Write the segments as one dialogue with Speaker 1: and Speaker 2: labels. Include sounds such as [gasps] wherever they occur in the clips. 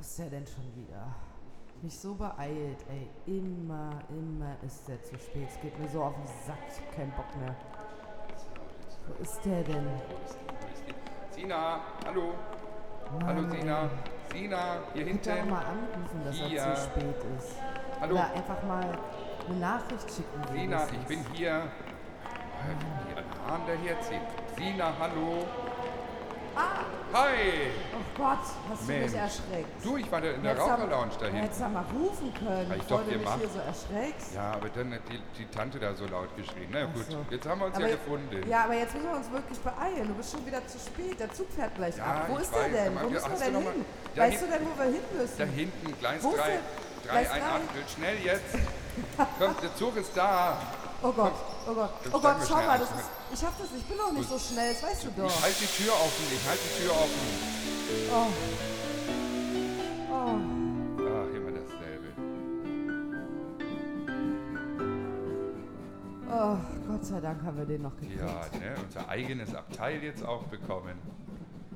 Speaker 1: Ist er denn schon wieder? Mich so beeilt, ey. Immer, immer ist er zu spät. Es geht mir so auf den Sack. Ich hab keinen Bock mehr. Wo ist der denn?
Speaker 2: Sina, hallo.
Speaker 1: Mann,
Speaker 2: Hallo
Speaker 1: ey.
Speaker 2: Sina. Sina, hier
Speaker 1: Ich kann doch
Speaker 2: hinten.
Speaker 1: mal anrufen, dass
Speaker 2: Ja.
Speaker 1: er zu spät ist.
Speaker 2: Hallo.
Speaker 1: Oder einfach mal eine Nachricht schicken.
Speaker 2: Sina,
Speaker 1: wenigstens.
Speaker 2: ich bin hier. Ich bin hier Hahn, der hier zieht. Sina, hallo. Ah. Hi.
Speaker 1: Oh Gott, hast du
Speaker 2: Mensch.
Speaker 1: mich erschreckt.
Speaker 2: Du, ich war da in der Raucherlounge da hinten.
Speaker 1: Hättest du mal rufen können,
Speaker 2: Ja, ich
Speaker 1: bevor
Speaker 2: doch,
Speaker 1: du
Speaker 2: ihr
Speaker 1: mich
Speaker 2: macht-
Speaker 1: hier so erschreckst.
Speaker 2: Ja, aber dann hat die, die Tante da so laut geschrien. Na
Speaker 1: Ach
Speaker 2: gut,
Speaker 1: so.
Speaker 2: jetzt haben wir uns ja gefunden.
Speaker 1: Ja, aber jetzt müssen wir uns wirklich beeilen. Du bist schon wieder zu spät. Der Zug fährt gleich
Speaker 2: Ja,
Speaker 1: ab. Wo
Speaker 2: ich
Speaker 1: ist der
Speaker 2: weiß,
Speaker 1: denn?
Speaker 2: aber
Speaker 1: Wo
Speaker 2: wir-
Speaker 1: müssen wir
Speaker 2: hast du
Speaker 1: denn
Speaker 2: noch mal-
Speaker 1: hin?
Speaker 2: Da
Speaker 1: weißt
Speaker 2: hin-
Speaker 1: du denn, wo wir hin müssen?
Speaker 2: Da hinten, Gleis
Speaker 1: Wo ist
Speaker 2: 3.
Speaker 1: der-
Speaker 2: 3,
Speaker 1: Gleis
Speaker 2: 1
Speaker 1: drei?
Speaker 2: Achtel. Schnell
Speaker 1: [laughs]
Speaker 2: jetzt. Komm, der Zug ist da.
Speaker 1: Oh Gott, oh Gott,
Speaker 2: Dann
Speaker 1: oh Gott,
Speaker 2: steigen wir
Speaker 1: schau
Speaker 2: schnell
Speaker 1: mal,
Speaker 2: ein.
Speaker 1: das ist, ich hab das, ich bin doch nicht so schnell, das weißt du
Speaker 2: Ich
Speaker 1: doch.
Speaker 2: halte die Tür offen. Ich halte die Tür offen.
Speaker 1: Oh. Oh.
Speaker 2: Ach, immer dasselbe.
Speaker 1: oh, Gott sei Dank haben wir den noch gekriegt.
Speaker 2: Ja, ne? unser eigenes Abteil jetzt auch bekommen.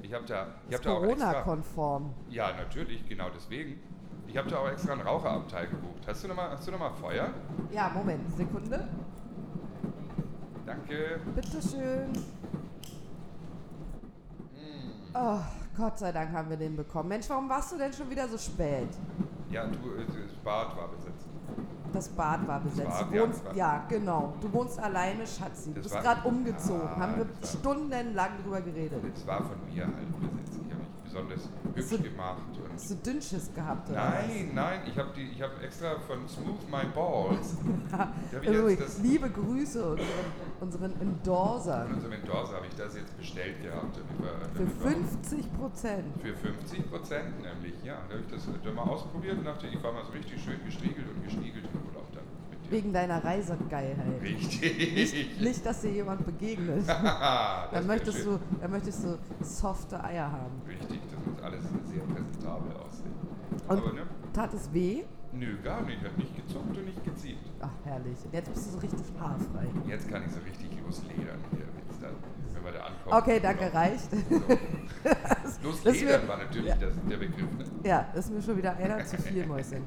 Speaker 2: Ich habe da, ich hab
Speaker 1: Ist
Speaker 2: da auch extra.
Speaker 1: Corona-konform.
Speaker 2: Ja, natürlich, genau deswegen. Ich habe da auch extra einen Raucherabteil gebucht. Hast du nochmal noch mal hast du noch mal Feuer?
Speaker 1: Ja, Moment, Sekunde.
Speaker 2: Danke.
Speaker 1: Bitteschön.
Speaker 2: Hm.
Speaker 1: Oh, Gott sei Dank haben wir den bekommen. Mensch, warum warst du denn schon wieder so spät?
Speaker 2: Ja, du, äh, das Bad war besetzt.
Speaker 1: Das Bad war besetzt.
Speaker 2: Bad,
Speaker 1: du
Speaker 2: ja,
Speaker 1: wohnst,
Speaker 2: das war-
Speaker 1: ja, genau. Du wohnst alleine, Schatzi. Du
Speaker 2: Das
Speaker 1: bist
Speaker 2: war-
Speaker 1: gerade umgezogen.
Speaker 2: Ah,
Speaker 1: haben wir
Speaker 2: das war-
Speaker 1: stundenlang drüber geredet.
Speaker 2: Es war von mir halt besetzt. Ich habe mich besonders hübsch
Speaker 1: du-
Speaker 2: gemacht. Und
Speaker 1: Hast du Dünnschiss gehabt, oder?
Speaker 2: Nein, nein, ich habe ich hab extra von Smooth My Balls, da hab ich
Speaker 1: Übrigens,
Speaker 2: jetzt das,
Speaker 1: Also liebe Grüße unseren, unseren Endorser.
Speaker 2: von unserem Endorser habe ich das jetzt bestellt gehabt. damit wir-
Speaker 1: Für
Speaker 2: damit wir-
Speaker 1: 50 Prozent.
Speaker 2: Für 50 Prozent nämlich, ja. Da habe ich das dann mal ausprobiert und dachte, ich war mal so richtig schön gestriegelt und gestiegelt im Urlaub dann mit dir.
Speaker 1: Wegen deiner Reisegeilheit.
Speaker 2: [laughs] Richtig.
Speaker 1: Nicht, dass dir jemand begegnet.
Speaker 2: Haha, das
Speaker 1: Dann
Speaker 2: wär
Speaker 1: möchtest,
Speaker 2: schön.
Speaker 1: du, dann möchtest du softe Eier haben.
Speaker 2: Richtig, das muss alles sehr präsentabel aussehen.
Speaker 1: Und
Speaker 2: Aber ne?
Speaker 1: tat es weh?
Speaker 2: Nö, gar nicht. Hat nicht gezockt und nicht gezieht.
Speaker 1: Ach, herrlich. Jetzt bist du so richtig haarfrei.
Speaker 2: Jetzt kann ich so richtig losledern hier, wenn's dann, wenn wir da ankommen.
Speaker 1: Okay, danke,
Speaker 2: Genau.
Speaker 1: reicht.
Speaker 2: So.
Speaker 1: [laughs] das
Speaker 2: Losledern
Speaker 1: wird-
Speaker 2: war natürlich
Speaker 1: Ja.
Speaker 2: das, der Begriff, ne?
Speaker 1: Ja, ist mir schon wieder einer zu viel, Mäuschen.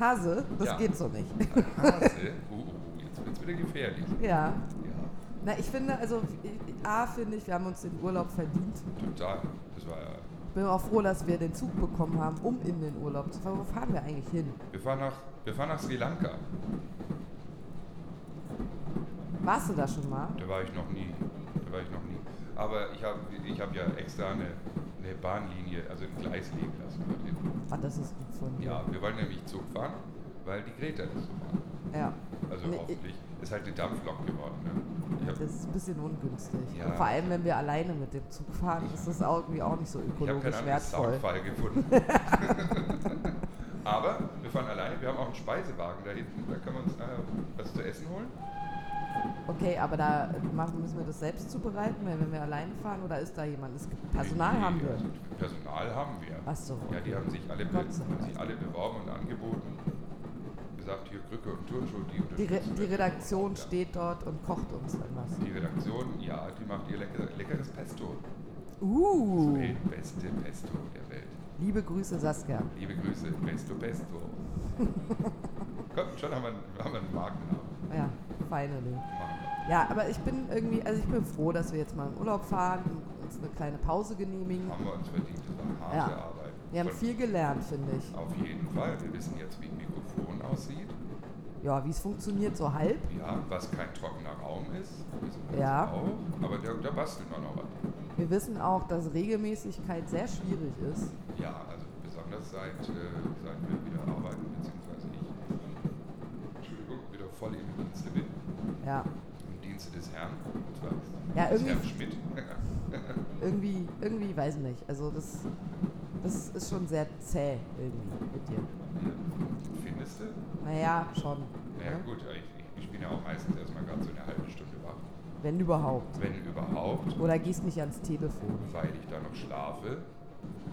Speaker 1: Hase, das
Speaker 2: Ja.
Speaker 1: geht so nicht. [laughs]
Speaker 2: Hase? Uh, uh, jetzt wird's wieder gefährlich.
Speaker 1: ja.
Speaker 2: Ja,
Speaker 1: Na, ich finde, also, ich- A, finde ich, wir haben uns den Urlaub verdient.
Speaker 2: total. Das war ja...
Speaker 1: Bin auch froh, dass wir den Zug bekommen haben, um in den Urlaub zu fahren. Wo fahren wir eigentlich hin?
Speaker 2: Wir fahren nach, wir fahren nach Sri Lanka.
Speaker 1: Warst du da schon mal?
Speaker 2: Da war ich noch nie. Da war ich noch nie. Aber ich habe ich hab ja extra eine, eine Bahnlinie, also ein Gleis legen lassen. dorthin.
Speaker 1: Ah, das ist gut von dir.
Speaker 2: Ja, wir wollen nämlich Zug fahren, weil die Greta das so macht.
Speaker 1: Ja.
Speaker 2: Also
Speaker 1: Nee,
Speaker 2: hoffentlich. Ist halt eine Dampflok geworden. Ne? Ich hab,
Speaker 1: Das ist ein bisschen ungünstig.
Speaker 2: Ja.
Speaker 1: Und vor allem, wenn wir alleine mit dem Zug fahren, ist das auch irgendwie auch nicht so
Speaker 2: ich habe keinen
Speaker 1: ökologisch
Speaker 2: anderen
Speaker 1: wertvoll.
Speaker 2: Soundfall gefunden.
Speaker 1: [laughs]
Speaker 2: Aber wir fahren alleine. Wir haben auch einen Speisewagen da hinten. Da können wir uns nachher was zu essen holen.
Speaker 1: Okay, aber da machen, müssen wir das selbst zubereiten, weil wenn wir alleine fahren oder ist da jemand? Es gibt Personal haben wir.
Speaker 2: Also, Personal haben wir.
Speaker 1: Ach so,
Speaker 2: Ja, die
Speaker 1: okay.
Speaker 2: haben sich alle, be
Speaker 1: Gott sei
Speaker 2: haben
Speaker 1: Dank.
Speaker 2: sich alle beworben und angeboten. Gesagt, hier Krücke und Turnschuh, die
Speaker 1: Die, Re
Speaker 2: unterstützen
Speaker 1: die
Speaker 2: wir.
Speaker 1: Redaktion
Speaker 2: ja.
Speaker 1: steht dort und kocht uns dann was.
Speaker 2: Die Redaktion, ja, die macht ihr lecker, leckeres Pesto. Das
Speaker 1: Uh,
Speaker 2: weltbeste Pesto der Welt.
Speaker 1: liebe Grüße Saskia.
Speaker 2: Liebe Grüße, Pesto Pesto.
Speaker 1: [laughs]
Speaker 2: Komm, schon haben wir, einen- haben wir einen Markennamen.
Speaker 1: Ah Ja, finally.
Speaker 2: Machen
Speaker 1: Ja, aber ich bin irgendwie, also ich bin froh, dass wir jetzt mal in Urlaub fahren und uns eine kleine Pause genehmigen.
Speaker 2: wir. Haben wir uns verdient, das war harte
Speaker 1: Ja.
Speaker 2: Arbeit.
Speaker 1: Wir haben
Speaker 2: Und
Speaker 1: viel gelernt, finde ich.
Speaker 2: Auf jeden Fall. Wir wissen jetzt, wie ein Mikrofon aussieht.
Speaker 1: Ja, wie es funktioniert, so halb.
Speaker 2: Ja, was kein trockener Raum ist, wissen wir
Speaker 1: Ja.
Speaker 2: jetzt auch. Aber da, da bastelt man auch was.
Speaker 1: Wir wissen auch, dass Regelmäßigkeit sehr schwierig ist.
Speaker 2: Ja, also besonders seit, äh, seit wir wieder arbeiten, beziehungsweise ich, Entschuldigung, wieder voll im Dienste bin,
Speaker 1: Ja,
Speaker 2: im Dienste des Herrn, und zwar
Speaker 1: Ja,
Speaker 2: des
Speaker 1: irgendwie-
Speaker 2: Herrn Schmidt.
Speaker 1: irgendwie, irgendwie, weiß nicht. Also das, das ist schon sehr zäh irgendwie mit dir.
Speaker 2: Hm, Findest du?
Speaker 1: Naja, schon.
Speaker 2: Naja,
Speaker 1: ne?
Speaker 2: gut, ich, ich bin ja auch meistens erstmal gerade so eine halbe Stunde wach.
Speaker 1: Wenn überhaupt.
Speaker 2: Wenn überhaupt,
Speaker 1: Oder gehst nicht ans Telefon.
Speaker 2: weil ich da noch schlafe.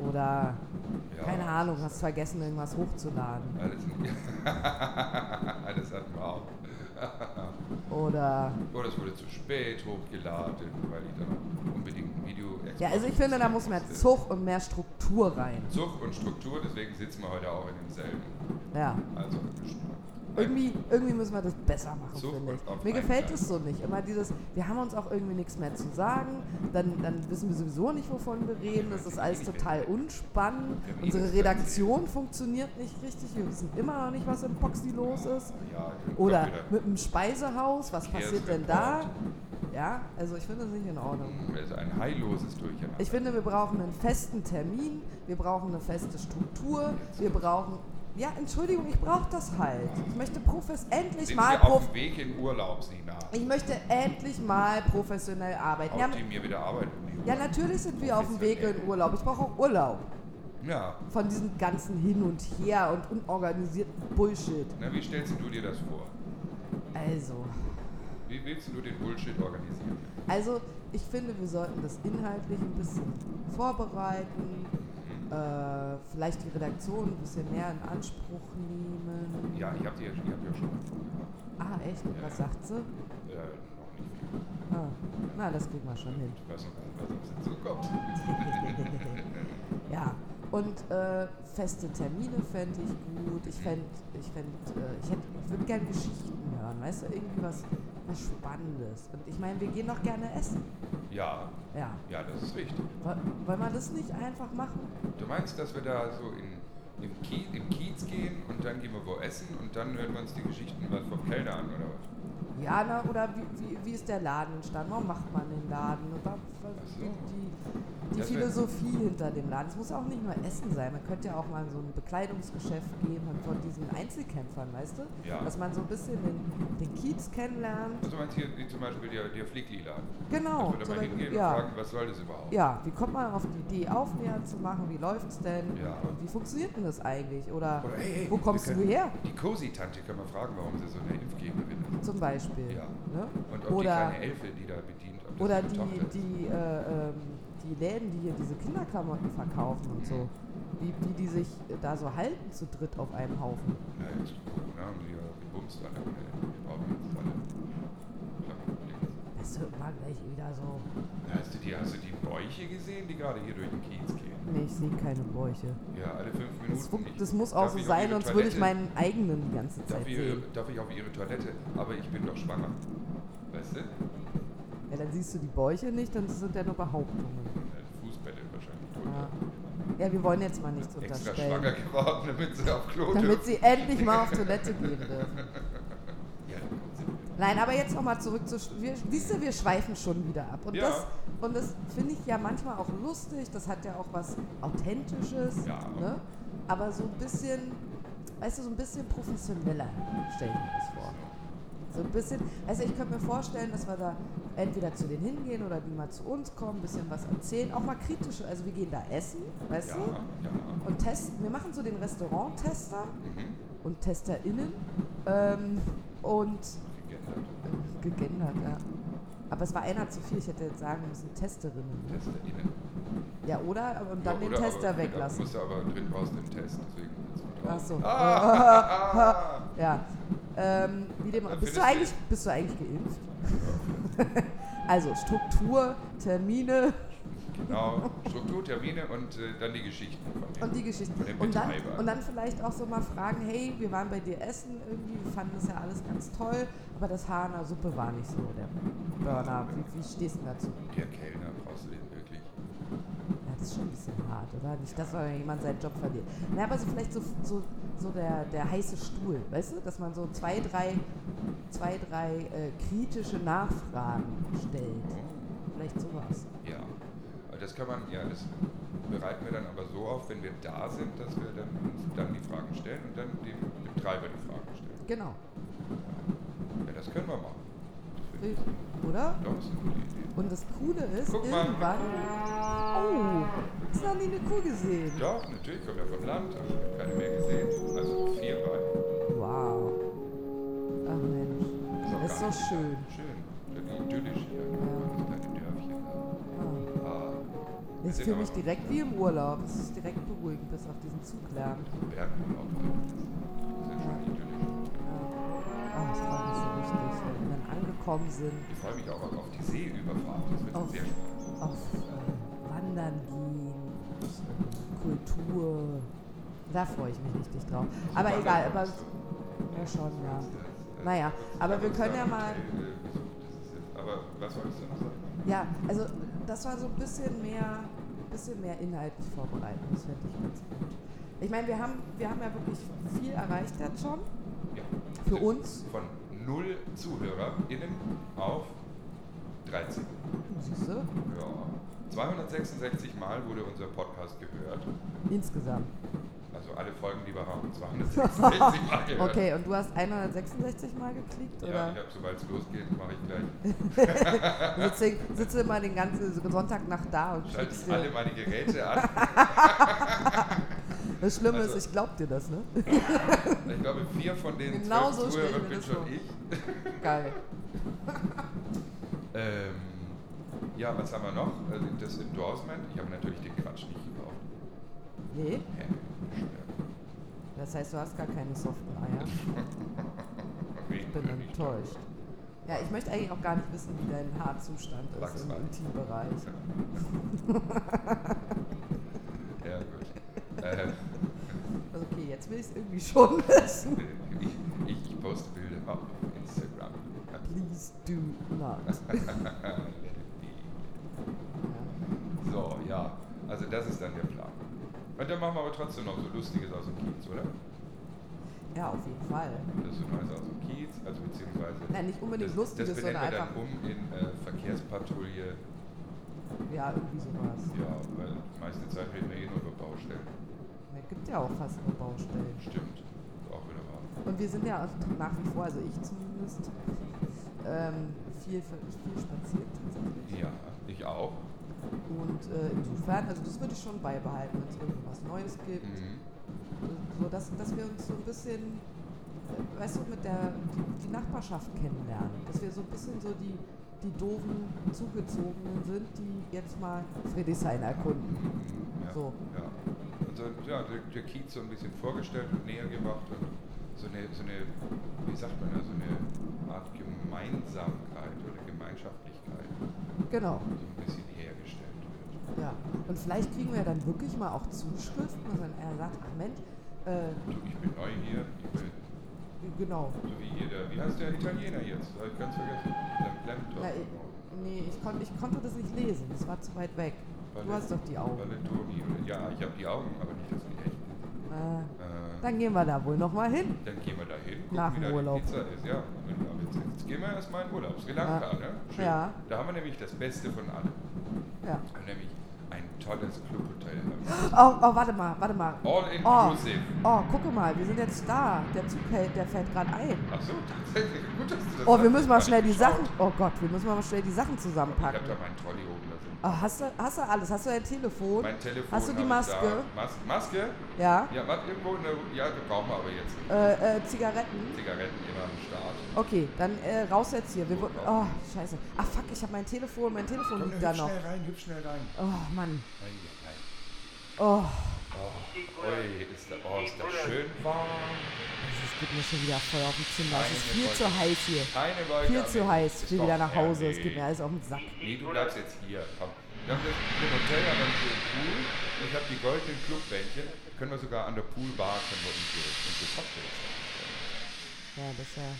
Speaker 1: Oder,
Speaker 2: Ja,
Speaker 1: keine Ahnung,
Speaker 2: [laughs]
Speaker 1: hast vergessen, irgendwas hochzuladen.
Speaker 2: Alles, das hatten wir auch.
Speaker 1: Oder.
Speaker 2: Oder es wurde zu spät hochgeladen, weil ich dann unbedingt ein Video
Speaker 1: Ja, also ich finde, da muss mehr Zug und mehr Struktur rein.
Speaker 2: Zug und Struktur, deswegen sitzen wir heute auch in demselben.
Speaker 1: Ja.
Speaker 2: Also
Speaker 1: Irgendwie, irgendwie müssen wir das besser machen,
Speaker 2: Zug
Speaker 1: finde
Speaker 2: und auf
Speaker 1: ich. Mir gefällt
Speaker 2: Einklang.
Speaker 1: es so nicht. Immer dieses, wir haben uns auch irgendwie nichts mehr zu sagen, dann, dann wissen wir sowieso nicht, wovon wir reden. Das ist alles total unspannend.
Speaker 2: Wir haben
Speaker 1: Unsere
Speaker 2: eh nichts mehr zu
Speaker 1: Redaktion funktioniert nicht richtig. Wir wissen immer noch nicht, was im Poxy los ist.
Speaker 2: ja, ich bin
Speaker 1: Oder
Speaker 2: grad wieder-
Speaker 1: mit dem Speisehaus, was passiert denn da?
Speaker 2: Verkehrsreport.
Speaker 1: Ja, also ich finde das nicht in Ordnung.
Speaker 2: Mm, Es ist ein heilloses Durcheinander.
Speaker 1: Ich finde, wir brauchen einen festen Termin, wir brauchen eine feste Struktur, wir brauchen. Ja, Entschuldigung, ich brauche das halt. Ich möchte profes endlich
Speaker 2: Sind
Speaker 1: mal
Speaker 2: wir auf
Speaker 1: prof
Speaker 2: dem Weg in Urlaub, Sina?
Speaker 1: ich möchte endlich mal professionell arbeiten. Ja,
Speaker 2: Auch die mir wieder Arbeit nehmen.
Speaker 1: ja, natürlich sind wir auf dem Weg in Urlaub. Ich brauche auch Urlaub
Speaker 2: Ja.
Speaker 1: von diesem ganzen Hin und Her und unorganisierten Bullshit.
Speaker 2: Na, wie stellst du dir das vor?
Speaker 1: Also,
Speaker 2: Wie willst du den Bullshit organisieren?
Speaker 1: also ich finde, wir sollten das inhaltlich ein bisschen vorbereiten,
Speaker 2: Hm?
Speaker 1: äh, vielleicht die Redaktion ein bisschen mehr in Anspruch nehmen.
Speaker 2: Ja, ich habe dir ja schon. Ich hab dir schon
Speaker 1: Ah, echt? Und Was sagt sie?
Speaker 2: äh, noch nicht viel.
Speaker 1: Ah, na, das kriegen wir schon hin. [laughs]
Speaker 2: Ich weiß noch gar nicht, was auf uns zukommt.
Speaker 1: ja, und äh, feste Termine fände ich gut. Ich fände, ich fänd, äh, ich, hätt- ich würde gerne Geschichten hören, weißt du, irgendwie was, was Spannendes. Und ich meine, wir gehen doch gerne essen.
Speaker 2: Ja,
Speaker 1: Ja,
Speaker 2: ja, das ist richtig.
Speaker 1: Woll- wollen wir das nicht einfach machen?
Speaker 2: Du meinst, dass wir da so in, im, Kiez, im Kiez gehen und dann gehen wir wo essen und dann hören wir uns die Geschichten was vom Kellner an oder was?
Speaker 1: Ja, na, oder wie, wie, wie ist der Laden entstanden? Warum macht man den Laden? Und wa- wa-
Speaker 2: Ach so.
Speaker 1: die, die
Speaker 2: Das wär-
Speaker 1: Philosophie hinter dem Laden. Es muss auch nicht nur Essen sein. Man könnte ja auch mal in so ein Bekleidungsgeschäft gehen und von diesen Einzelkämpfern, weißt du?
Speaker 2: Ja.
Speaker 1: Dass man so ein bisschen den, den Kiez kennenlernt.
Speaker 2: Also meinst du hier wie zum Beispiel der, der Flickli-Laden?
Speaker 1: Genau.
Speaker 2: dass
Speaker 1: so
Speaker 2: wir da mal
Speaker 1: dann-
Speaker 2: hingehen
Speaker 1: ja.
Speaker 2: und fragen, was soll das überhaupt?
Speaker 1: ja, wie kommt man auf die Idee, Aufnäher zu machen? Wie läuft's denn?
Speaker 2: Ja.
Speaker 1: Und wie funktioniert denn das eigentlich? Oder,
Speaker 2: Oder, hey, hey,
Speaker 1: wo
Speaker 2: wir
Speaker 1: kommst du
Speaker 2: können-
Speaker 1: her?
Speaker 2: Die Cosi-Tante können wir fragen, warum sie so eine Impfgegnerin ist.
Speaker 1: Zum Beispiel.
Speaker 2: Ja.
Speaker 1: Ne?
Speaker 2: Und ob die
Speaker 1: Oder,
Speaker 2: kleine Elfe, die da bedient, ob das
Speaker 1: oder
Speaker 2: ihre
Speaker 1: die,
Speaker 2: Tochter ist.
Speaker 1: die, äh, ähm, die Läden, die hier diese Kinderklamotten verkaufen und so. Wie, wie die sich da so halten zu dritt auf einem Haufen.
Speaker 2: Na, jetzt Corona ne? haben sie ja gebumst alle. Wir brauchen jetzt alle. Klamotten.
Speaker 1: Das hört man gleich wieder so.
Speaker 2: Hast du, die, hast du die Bäuche gesehen, die gerade hier durch den Kiez gehen?
Speaker 1: Nee, ich sehe keine Bäuche.
Speaker 2: Ja, alle fünf Minuten.
Speaker 1: Das, fun-
Speaker 2: Ich-
Speaker 1: das muss
Speaker 2: darf
Speaker 1: auch so
Speaker 2: ich auf
Speaker 1: sein,
Speaker 2: ihre
Speaker 1: sonst würde ich
Speaker 2: Toilette?
Speaker 1: meinen eigenen die ganze Zeit
Speaker 2: Darf ich,
Speaker 1: sehen.
Speaker 2: darf ich auf ihre Toilette? Aber ich bin doch schwanger. Weißt du? ähm,
Speaker 1: Ja, dann siehst du die Bäuche nicht, dann sind ja nur Behauptungen.
Speaker 2: Fußbälle wahrscheinlich
Speaker 1: Ja.
Speaker 2: drunter.
Speaker 1: ja, wir wollen jetzt mal nichts
Speaker 2: Extra schwanger
Speaker 1: unterstellen.
Speaker 2: geworden, damit sie auf Klo
Speaker 1: Damit
Speaker 2: dürfen.
Speaker 1: sie endlich mal auf Toilette gehen dürfen.
Speaker 2: Ja, dann kommt sie.
Speaker 1: Nein, aber jetzt nochmal zurück zu. Sch- Wir, siehst du, wir schweifen schon wieder ab. Und
Speaker 2: Ja.
Speaker 1: das, und das finde ich ja manchmal auch lustig. Das hat ja auch was Authentisches.
Speaker 2: Ja.
Speaker 1: Ne? Aber so ein bisschen, weißt du, so ein bisschen professioneller stelle ich mir das vor. So ein bisschen. Also ich könnte mir vorstellen, dass wir da entweder zu denen hingehen oder die mal zu uns kommen, ein bisschen was erzählen. Auch mal kritisch. Also wir gehen da essen, weißt
Speaker 2: Ja,
Speaker 1: du?
Speaker 2: ja.
Speaker 1: und testen. Wir machen so den Restaurant-Tester
Speaker 2: Mhm.
Speaker 1: und TesterInnen ähm, und
Speaker 2: Gegendert.
Speaker 1: äh, gegendert, ja. Aber es war einer zu viel, ich hätte jetzt sagen müssen, Testerinnen. ne?
Speaker 2: TesterInnen.
Speaker 1: Ja, oder? Und dann
Speaker 2: Ja,
Speaker 1: den
Speaker 2: oder
Speaker 1: Tester
Speaker 2: aber,
Speaker 1: weglassen.
Speaker 2: Musst du aber drin brauchst den Test, deswegen jetzt mal drauf.
Speaker 1: Ach so. [laughs]
Speaker 2: Ah!
Speaker 1: Ja. Ähm, wie dem,
Speaker 2: Dann
Speaker 1: bist, du
Speaker 2: findest du-
Speaker 1: eigentlich, bist du eigentlich geimpft? [laughs] also Struktur, Termine
Speaker 2: genau. Struktur, Termine und äh, dann die Geschichten von denen.
Speaker 1: und die Geschichten.
Speaker 2: Von den
Speaker 1: Und dann,
Speaker 2: Betreibern.
Speaker 1: und dann vielleicht auch so mal fragen, hey, wir waren bei dir essen, irgendwie, wir fanden das ja alles ganz toll, aber das Haar in der Suppe war nicht so der Burner. Wie, wie stehst du dazu?
Speaker 2: Der Kellner brauchst du den wirklich.
Speaker 1: Ja, das ist schon ein bisschen hart, oder? Nicht, dass man jemand seinen Job verliert. Na, aber so vielleicht so, so, so der, der heiße Stuhl, weißt du? Dass man so zwei, drei, zwei, drei äh, kritische Nachfragen stellt.
Speaker 2: Oh,
Speaker 1: Vielleicht sowas.
Speaker 2: ja. Aber das kann man, ja, das bereiten wir dann aber so auf, wenn wir da sind, dass wir dann uns dann die Fragen stellen und dann dem Betreiber die Fragen stellen.
Speaker 1: Genau.
Speaker 2: Ja, ja das können wir machen. Das finde ich-
Speaker 1: Oder?
Speaker 2: Doch, das ist eine gute Idee.
Speaker 1: Und das Coole ist,
Speaker 2: Guck mal.
Speaker 1: irgendwann. Oh, hast du noch nie eine Kuh gesehen?
Speaker 2: Doch, natürlich kommen wir vom Land, aber ich habe keine mehr gesehen. Also vier Beine.
Speaker 1: Wow. Ach Mensch.
Speaker 2: auch
Speaker 1: Das ist
Speaker 2: gar
Speaker 1: so
Speaker 2: nicht
Speaker 1: schön.
Speaker 2: Schön. Ja, Idyllisch hier. Das kleine Dörfchen.
Speaker 1: Ah.
Speaker 2: Ah,
Speaker 1: Ich
Speaker 2: sind
Speaker 1: fühle
Speaker 2: aber
Speaker 1: mich direkt wie im Urlaub. Es ist direkt beruhigend, bis auf diesen Zuglärm.
Speaker 2: Bergurlaub. Das ist ja schon idyllisch.
Speaker 1: Ah, ich freue mich so richtig. richtig, wenn wir dann angekommen sind,
Speaker 2: Ich freue mich auch auf die Seeüberfahrt. Das wird
Speaker 1: Auf.
Speaker 2: sehr spannend.
Speaker 1: auf äh, Wandern gehen, Kultur. Da freue ich mich richtig drauf. Aber
Speaker 2: Wandern
Speaker 1: egal, aber
Speaker 2: kannst du.
Speaker 1: ja schon, ja.
Speaker 2: Das- das-
Speaker 1: Naja, aber wir
Speaker 2: ich hab
Speaker 1: können
Speaker 2: uns
Speaker 1: ja
Speaker 2: da
Speaker 1: mal-
Speaker 2: ein Hotel, äh, gesucht, das ist jetzt- Aber was wolltest du noch sagen?
Speaker 1: Ja, also das war so ein bisschen mehr, bisschen mehr inhaltlich vorbereitet. Das fände ich ganz gut. Ich meine, wir haben, wir haben ja wirklich viel erreicht jetzt schon.
Speaker 2: Ja.
Speaker 1: Für
Speaker 2: Also
Speaker 1: uns?
Speaker 2: Von null ZuhörerInnen auf 13.
Speaker 1: Siehst du?
Speaker 2: Ja. 266 Mal wurde unser Podcast gehört.
Speaker 1: Insgesamt.
Speaker 2: Also alle Folgen, die wir haben, 266 Mal gehört.
Speaker 1: Okay, und du hast 166 Mal geklickt,
Speaker 2: Ja, ich
Speaker 1: oder?
Speaker 2: habe, sobald es losgeht, mache ich gleich.
Speaker 1: Sitze, sitze immer den ganzen Sonntagnacht da und
Speaker 2: Schalte
Speaker 1: klickst
Speaker 2: ich alle
Speaker 1: dir.
Speaker 2: meine Geräte an.
Speaker 1: Das Schlimme
Speaker 2: Also-
Speaker 1: ist, ich glaub dir das, ne?
Speaker 2: Ich glaube, vier von den
Speaker 1: Genau so stell
Speaker 2: zwölf
Speaker 1: ich
Speaker 2: Zuhörern
Speaker 1: mir
Speaker 2: bin
Speaker 1: das
Speaker 2: schon
Speaker 1: vor.
Speaker 2: ich.
Speaker 1: Geil.
Speaker 2: Ähm, ja, was haben wir noch? Also Das Endorsement. Ich habe natürlich den Quatsch nicht gekauft.
Speaker 1: Nee,
Speaker 2: Hä?
Speaker 1: das heißt, du hast gar keine Software, ja?
Speaker 2: Wen
Speaker 1: Ich bin
Speaker 2: will ich da?
Speaker 1: enttäuscht. Ja, ich möchte eigentlich auch gar nicht wissen, wie dein Haarzustand ist im
Speaker 2: Wachsfall.
Speaker 1: Intimbereich.
Speaker 2: [laughs] Ja, gut. Ähm,
Speaker 1: Also okay, jetzt will ich es irgendwie schon [laughs] wissen.
Speaker 2: ich, ich, ich poste Bilder auf Instagram. [laughs]
Speaker 1: Please do not.
Speaker 2: Let it be. So, ja. Also das ist dann der Plan. Und dann machen wir aber trotzdem noch so Lustiges aus dem Kiez, oder?
Speaker 1: Ja, auf jeden Fall.
Speaker 2: Das ist so Neues aus dem Kiez, also beziehungsweise...
Speaker 1: Nein, nicht unbedingt
Speaker 2: das,
Speaker 1: Lustiges,
Speaker 2: das benennen
Speaker 1: sondern
Speaker 2: wir dann
Speaker 1: einfach,
Speaker 2: um in äh, Verkehrspatrouille.
Speaker 1: ja, irgendwie sowas.
Speaker 2: Ja, weil die meiste Zeit reden wir eh nur über Baustellen.
Speaker 1: Es gibt ja auch fast nur Baustellen.
Speaker 2: Stimmt. Auch wieder wahr.
Speaker 1: Und wir sind ja auch nach wie vor, also ich zumindest, ähm, viel, viel spaziert tatsächlich.
Speaker 2: Ja, ich auch.
Speaker 1: Und äh, insofern, also das würde ich schon beibehalten, wenn es irgendwas Neues gibt. Also
Speaker 2: Mhm.
Speaker 1: So, dass, dass wir uns so ein bisschen, äh, weißt du, mit der, die, die Nachbarschaft kennenlernen. Dass wir so ein bisschen so die, die doofen Zugezogenen sind, die jetzt mal Friedrichshain erkunden.
Speaker 2: Mhm. Ja.
Speaker 1: So.
Speaker 2: Ja. Und so, ja, der, der Kiez so ein bisschen vorgestellt und näher gemacht und so eine, so eine, wie sagt man da, so eine Art Gemeinsamkeit oder Gemeinschaftlichkeit
Speaker 1: Genau,
Speaker 2: so ein bisschen hergestellt wird.
Speaker 1: ja. Und vielleicht kriegen wir dann wirklich mal auch Zuschriften, dass dann er sagt, ach Mensch, äh,
Speaker 2: Du, ich bin neu hier, ich bin
Speaker 1: genau.
Speaker 2: so wie jeder, wie heißt der Italiener jetzt? Hab ich ganz vergessen. Lem- Lemtor.
Speaker 1: Na, Nee, ich, kon ich konnte das nicht lesen, das war zu weit weg. Du
Speaker 2: Ballet-
Speaker 1: hast doch die Augen.
Speaker 2: Ballettoni, oder? Ja, ich habe die Augen, aber nicht das Gedächtnis.
Speaker 1: Äh,
Speaker 2: Äh,
Speaker 1: dann gehen wir da wohl nochmal hin.
Speaker 2: Dann gehen wir da hin, gucken,
Speaker 1: Nach
Speaker 2: wie
Speaker 1: dem
Speaker 2: da
Speaker 1: Urlaub.
Speaker 2: die Pizza ist. Ja, Und aber jetzt, jetzt gehen wir erstmal in Urlaub. Sri Lanka, ne? Schön.
Speaker 1: Ja.
Speaker 2: Da haben wir nämlich das Beste von allem.
Speaker 1: Ja.
Speaker 2: Wir haben nämlich ein tolles Clubhotel.
Speaker 1: [gasps] Oh, oh, warte mal, warte mal.
Speaker 2: All
Speaker 1: Oh,
Speaker 2: inclusive.
Speaker 1: oh, gucke mal, wir sind jetzt da. Der Zug hält, der fährt gerade ein.
Speaker 2: Ach so, tatsächlich. Gut, dass du das
Speaker 1: Oh, wir
Speaker 2: sagst.
Speaker 1: müssen
Speaker 2: Ich
Speaker 1: mal
Speaker 2: hab
Speaker 1: schnell die
Speaker 2: geschaut.
Speaker 1: Sachen. Oh Gott, wir müssen mal schnell die Sachen
Speaker 2: Ich habe da
Speaker 1: zusammenpacken.
Speaker 2: meinen Trolley oben lassen.
Speaker 1: Oh, hast, du, hast du alles? Hast du dein Telefon?
Speaker 2: Mein Telefon.
Speaker 1: Hast du die
Speaker 2: hab ich
Speaker 1: Maske?
Speaker 2: Da. Mas Maske?
Speaker 1: Ja.
Speaker 2: Ja, was irgendwo in der. Ja, die brauchen wir aber jetzt nicht.
Speaker 1: Äh, äh, Zigaretten?
Speaker 2: Zigaretten immer am Start.
Speaker 1: Okay, dann äh, raus jetzt hier. Wir, wo- oh, scheiße. Ach fuck, ich habe mein Telefon. Mein Telefon
Speaker 2: Komm,
Speaker 1: liegt
Speaker 2: hüpf
Speaker 1: da
Speaker 2: schnell
Speaker 1: noch.
Speaker 2: rein, hüpf schnell rein.
Speaker 1: Oh Mann.
Speaker 2: Ei, ei, ei.
Speaker 1: Oh,
Speaker 2: Oh, ui, ist da, oh, ist das schön warm.
Speaker 1: es geht mir schon wieder voll auf den Zimmer. Es ist
Speaker 2: Meine
Speaker 1: viel
Speaker 2: Wolke.
Speaker 1: zu heiß hier.
Speaker 2: Keine Wolke.
Speaker 1: Viel
Speaker 2: am
Speaker 1: zu
Speaker 2: Himmel.
Speaker 1: heiß. Ich
Speaker 2: Ist
Speaker 1: will
Speaker 2: doch
Speaker 1: wieder nach Hause. Es geht
Speaker 2: herrlich.
Speaker 1: mir alles auf den Sack.
Speaker 2: Nee, du bleibst jetzt hier. Komm. Wir haben das im Hotel haben wir einen schönen Pool. Und ich habe die goldenen Clubbändchen. Können wir sogar an der Poolbar können wir unsere, unsere Cocktails machen.
Speaker 1: Ja, das ist ja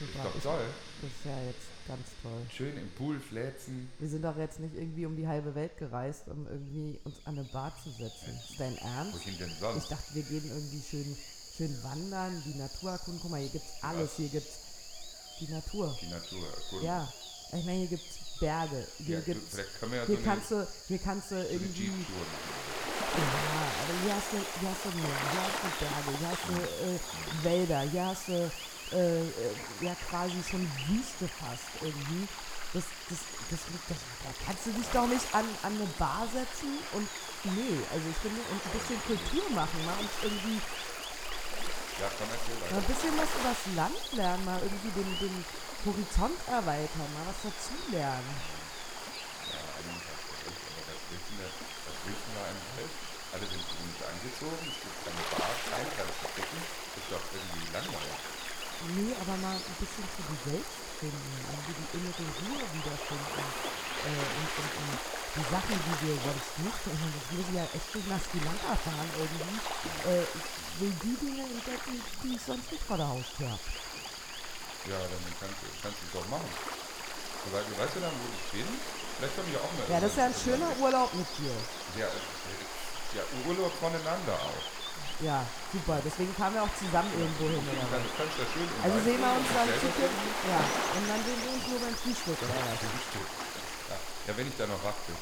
Speaker 1: super.
Speaker 2: Ist doch
Speaker 1: Ich-
Speaker 2: toll.
Speaker 1: Das ist ja jetzt ganz toll.
Speaker 2: Schön im Pool flätzen.
Speaker 1: Wir sind doch jetzt nicht irgendwie um die halbe Welt gereist, um irgendwie uns an eine Bar zu setzen. Ist dein Ernst?
Speaker 2: Wohin denn
Speaker 1: Ich
Speaker 2: sonst?
Speaker 1: dachte, wir gehen irgendwie schön, schön wandern, die Natur erkunden. Guck mal, hier gibt's alles. Hier gibt's die Natur.
Speaker 2: Die Natur erkunden.
Speaker 1: Ja. Ich meine, hier gibt's Berge. Hier
Speaker 2: Ja, du,
Speaker 1: gibt's.
Speaker 2: vielleicht können wir ja so
Speaker 1: Hier
Speaker 2: eine,
Speaker 1: kannst du, hier kannst du
Speaker 2: so eine
Speaker 1: irgendwie.
Speaker 2: Jeep-Tour machen.
Speaker 1: Ja, aber hier hast du, hier hast du Meer, hier hast du Berge, hier hast du äh, Wälder, hier hast du äh, äh, ja quasi schon Wüste fast irgendwie. Das, das, das, das, da kannst du dich doch nicht an, an eine Bar setzen und nee, also ich finde, und ein bisschen Kultur machen, mal und irgendwie
Speaker 2: Ja, komm, erzähl
Speaker 1: mal ein
Speaker 2: weiter.
Speaker 1: bisschen was über das Land lernen, mal irgendwie den, den Horizont erweitern, mal was dazulernen.
Speaker 2: Ja, eigentlich hast du recht, aber das wissen wir, das wissen wir eigentlich selbst. Alle sind gut angezogen, es gibt keine Bar, kein kannst du gucken. Ist doch irgendwie langweilig.
Speaker 1: Nee, aber mal ein bisschen zu sich selbst finden, irgendwie die innere Ruhe wiederfinden äh, und, und, und die Sachen, die wir sonst nicht finden. Das muss ich ja echt nicht nach Sri Lanka fahren irgendwie. Äh, ich will die Dinge entdecken, die ich sonst nicht vor der Haustür habe.
Speaker 2: Ja, dann kannst, du- kannst du es doch machen. Sobald du weißt, du dann, wo ich bin, vielleicht komme ich auch mal.
Speaker 1: Ja, das ist ja ein
Speaker 2: irgendwann-
Speaker 1: schöner Urlaub mit dir.
Speaker 2: Ja, äh, ja, Urlaub voneinander auch.
Speaker 1: Ja, super. Deswegen kamen wir auch zusammen irgendwo hin
Speaker 2: Du
Speaker 1: oder was.
Speaker 2: kannst, du kannst ja schön im
Speaker 1: Also
Speaker 2: Wald
Speaker 1: sehen wir
Speaker 2: gehen
Speaker 1: uns
Speaker 2: und
Speaker 1: dann
Speaker 2: selber
Speaker 1: zukünftig. Ja, und dann sehen wir uns nur beim Frühstück oder was.
Speaker 2: Frühstück. Ja, Ja, wenn ich da noch wach bin.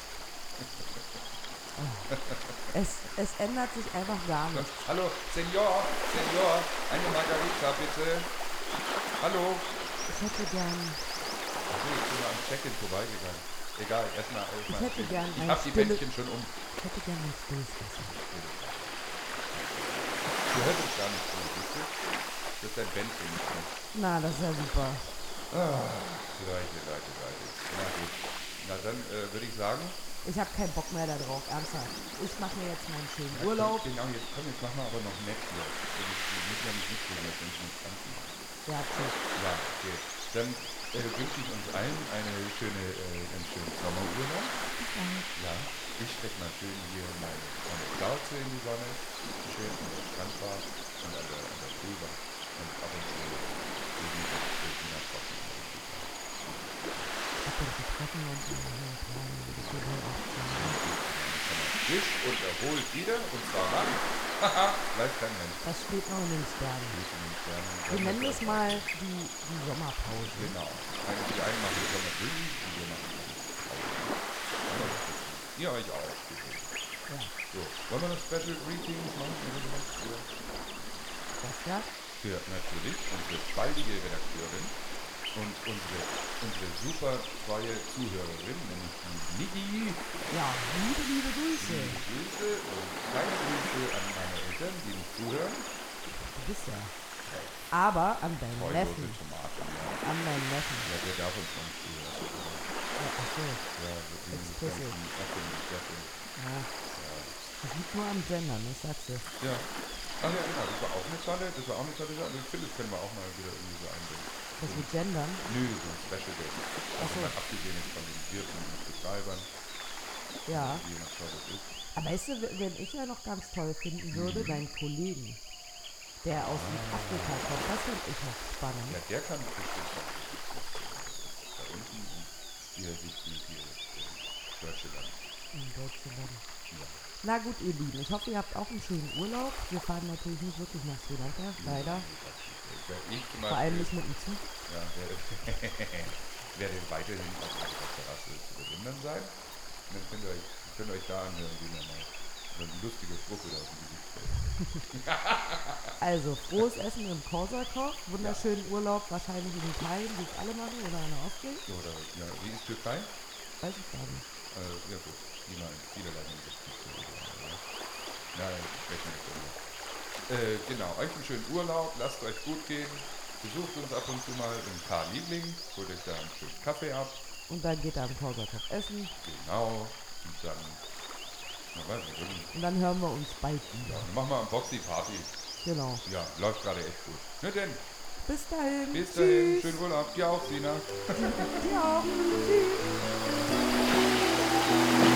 Speaker 1: Es, es ändert sich einfach gar nichts.
Speaker 2: Hallo, Senior, Senior, eine Margarita bitte. Hallo.
Speaker 1: Ich hätte gern,
Speaker 2: Achso, ich bin mal am Check-in vorbeigegangen. Egal, erstmal.
Speaker 1: Ich
Speaker 2: erstmal
Speaker 1: hätte
Speaker 2: trinken.
Speaker 1: gern
Speaker 2: Ich
Speaker 1: ein
Speaker 2: hab die
Speaker 1: stille-
Speaker 2: Bändchen schon um.
Speaker 1: ich hätte gern ein stilles Wasser.
Speaker 2: Du hörst es gar nicht so, siehst du? Das ist dein Bändchen. nicht mehr.
Speaker 1: Na, das ist ja super.
Speaker 2: Leute, Leute, Leute. Na gut. Na dann äh, würde ich sagen.
Speaker 1: Ich habe keinen Bock mehr darauf, ernsthaft. Ich mache mir jetzt meinen schönen Urlaub.
Speaker 2: Genau, jetzt komm, jetzt machen wir aber noch nett hier. Wir müssen ja nicht mitgehen, jetzt wenn ich nicht kann.
Speaker 1: Ja, tschüss.
Speaker 2: Ja, okay. Dann äh, wünsche ich uns allen eine schöne, äh, einen schönen Sommerurlaub. Ja, ich stecke mal schön hier meine, meine Plauze in die Sonne, schön an der Strandbad und an der, an der Poolbar und ab und zu irgendwie so ein bisschen nach draußen.
Speaker 1: Ich bin getroffen und in meiner kleinen Bude aufgenommen.
Speaker 2: Frisch und erholt wieder und zwar [laughs] wann? Haha, weiß kein Mensch.
Speaker 1: Das steht noch in den Sternen.
Speaker 2: Nicht in den Sternen.
Speaker 1: Wir nennen es mal die, die Sommerpause.
Speaker 2: Genau. Also die einen machen jetzt noch Grün und wir machen Pause. Ja, ich auch.
Speaker 1: Ja,
Speaker 2: So, wollen wir noch Special Greetings machen? Oder sowas? Ja.
Speaker 1: das ja.
Speaker 2: für natürlich unsere baldige Redakteurin und unsere, unsere super treue Zuhörerin, nämlich die Niki.
Speaker 1: Ja, liebe, liebe Grüße.
Speaker 2: Liebe Grüße und kleine Grüße an meine Eltern, die nicht zuhören.
Speaker 1: Du bist ja. Aber an deinen
Speaker 2: Heulose
Speaker 1: Neffen.
Speaker 2: Tomaten, ja.
Speaker 1: An deinen Neffen.
Speaker 2: ja. Der darf uns noch nicht zuhören.
Speaker 1: Ja, ach so.
Speaker 2: Ja, so dieses
Speaker 1: Explicit.
Speaker 2: ganzen äh, Ecken und Steffen.
Speaker 1: Ja. Das liegt nur am Gendern, ich sag's dir.
Speaker 2: Ja. Ach ja, genau, das war auch eine tolle, das war auch eine tolle Sache. Ich finde, das können wir auch mal wieder irgendwie so einbringen.
Speaker 1: Das mit Gendern.
Speaker 2: Nö, so ein Special Day. Also
Speaker 1: so.
Speaker 2: mal abgesehen jetzt von den Wirten und Betreibern,
Speaker 1: Ja.
Speaker 2: wie man toll das ist.
Speaker 1: Aber weißt du, we- wenn ich ja noch ganz toll finden
Speaker 2: Mhm.
Speaker 1: würde, deinen Kollegen, der
Speaker 2: Ah.
Speaker 1: aus Südafrika kommt, das finde ich noch spannend.
Speaker 2: Ja, der kann bestimmt auch. Da unten hier sich die, die äh, deutsche Land.
Speaker 1: In Deutschland.
Speaker 2: Ja.
Speaker 1: Na gut, ihr Lieben, ich hoffe, ihr habt auch einen schönen Urlaub. Wir fahren natürlich nicht wirklich nach Sri Lanka, leider.
Speaker 2: Wer ich zum
Speaker 1: Vor allem
Speaker 2: Beispiel,
Speaker 1: nicht mit dem Zug.
Speaker 2: ja, wer, [laughs] wer denn weiterhin auf unserer Terrasse zu bewundern sein, dann könnt ihr euch, könnt ihr euch da anhören, wie mir mal so ein lustiges Druck wieder aus dem Gesicht fällt.
Speaker 1: Also, frohes Essen im Korsakow, wunderschönen Urlaub, wahrscheinlich in Italien, wie es alle machen, oder an der Ostsee,
Speaker 2: So, Oder, ja, wie ist Türkei?
Speaker 1: weiß ich gar nicht.
Speaker 2: Also, ja gut, die mal in vielerlei Hinsicht nicht so ideal, ne? Nein, sprechen wir drüber. Äh, genau, euch einen schönen Urlaub, lasst euch gut gehen. Besucht uns ab und zu mal im Paar Liebling, holt euch da einen schönen Kaffee ab.
Speaker 1: Und dann geht er am Korsakow essen
Speaker 2: Genau, und dann, na weiß ich nicht,
Speaker 1: und dann hören wir uns bald
Speaker 2: ja,
Speaker 1: wieder.
Speaker 2: dann machen wir am Boxy Party.
Speaker 1: Genau.
Speaker 2: Ja, läuft gerade echt gut. Na denn,
Speaker 1: Bis dahin.
Speaker 2: bis
Speaker 1: Tschüss.
Speaker 2: dahin, schönen Urlaub. Dir auch, Sina.
Speaker 1: Dir auch. Tschüss.